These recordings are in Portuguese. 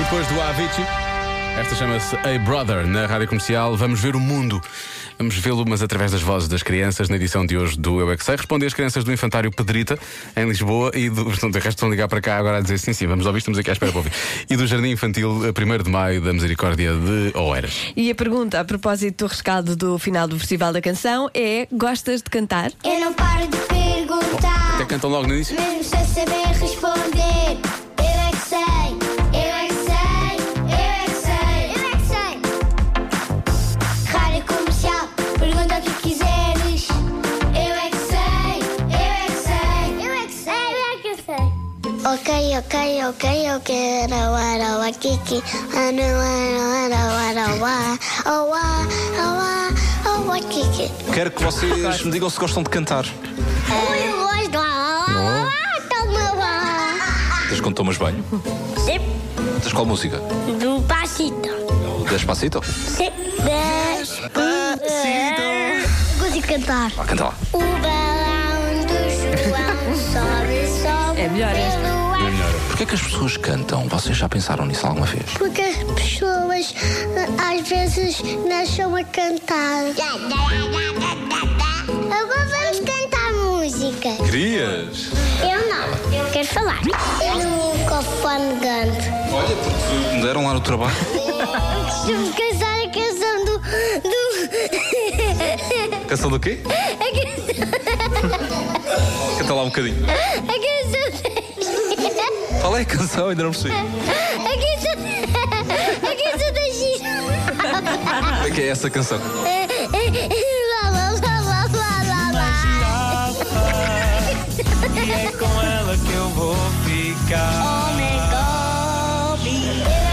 E depois do Avicii. Esta chama-se A Brother na rádio comercial. Vamos ver o mundo. Vamos vê-lo, mas através das vozes das crianças, na edição de hoje do Eu é que Sei. Respondem as crianças do Infantário Pedrita, em Lisboa, e do. Portanto, de resto estão a ligar para cá agora a dizer sim, sim, vamos ouvir, estamos aqui à espera para ouvir. E do Jardim Infantil, eh, 1 de Maio, da Misericórdia de Oeiras. E a pergunta a propósito do rescaldo do final do Festival da Canção é: gostas de cantar? Eu não paro de perguntar, Até cantam logo no início. mesmo sem saber responder. Eu é que sei, eu é que sei, eu é que sei, eu é que sei. Rádio comercial, pergunta o que quiseres. Eu é que sei, eu é que sei, eu é que sei, eu é que sei. Ok, ok, ok, ok, arawa, arawa, kiki, anu, anu, arawa, arawa, owa, owa, owa, kiki. Quero que vocês me digam se gostam de cantar. Oi, voz do Não. Toma lá. Vocês quando tomas banho? Sim. Vocês qual música? Do passito. O Despacito? Sim. Despacito. Gosto de cantar. Vá, canta lá. O balão do João sobe, sobe. É melhor esta. pelo ar. Porquê é que as pessoas cantam? Vocês já pensaram nisso alguma vez? Porque as pessoas ah, às vezes nascem a cantar. Agora vamos cantar música. Querias? Eu não. Eu quero falar. Eu não microfone grande. Olha, porque me deram lá no trabalho. Costumo casar a canção do. do. Canção do quê? a canção. Canta lá um É bocadinho. A canção. Fala aí a canção, ainda não percebi. A canção. A canção da gira. Como é que é essa canção? Lá, lá, lá, lá, lá, lá, lá. é com ela que eu vou ficar. Eu é que sei, eu é que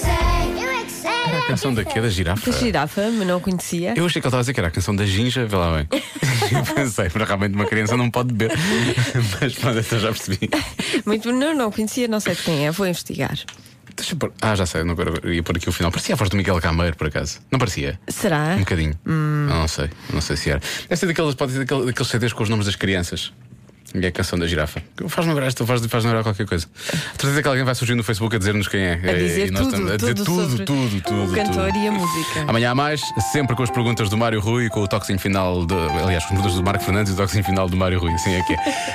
sei, eu é que sei, eu é A que sei. canção daqui é da girafa. Da girafa, mas não conhecia. Eu achei que ele estava a dizer que era a canção da Ginja, vê lá bem. Eu pensei, mas realmente uma criança não pode beber. Mas pronto, então já percebi. Muito não, não conhecia, não sei de quem é, vou investigar. Deixa eu pôr- Ah, já sei, não quero- ia pôr aqui o final. Parecia a voz do Miguel Gameiro, por acaso. Não parecia? Será? Um bocadinho. Hum. Não, não sei, não sei se era. Deve ser daqueles, pode ser daquele- daqueles CDs com os nomes das crianças. E é a canção da girafa. Faz-me lembrar esta, faz-me faz lembrar qualquer coisa. De certeza que alguém vai surgir no Facebook a dizer-nos quem é. A É, dizer e nós tudo, estamos a dizer tudo tudo, sobre tudo, tudo. o cantor tudo. e a música. Amanhã há mais, sempre com as perguntas do Mário Rui, com o toxinho final, de, aliás, com as perguntas do Marco Fernandes e o toxinho final do Mário Rui. Assim é que é.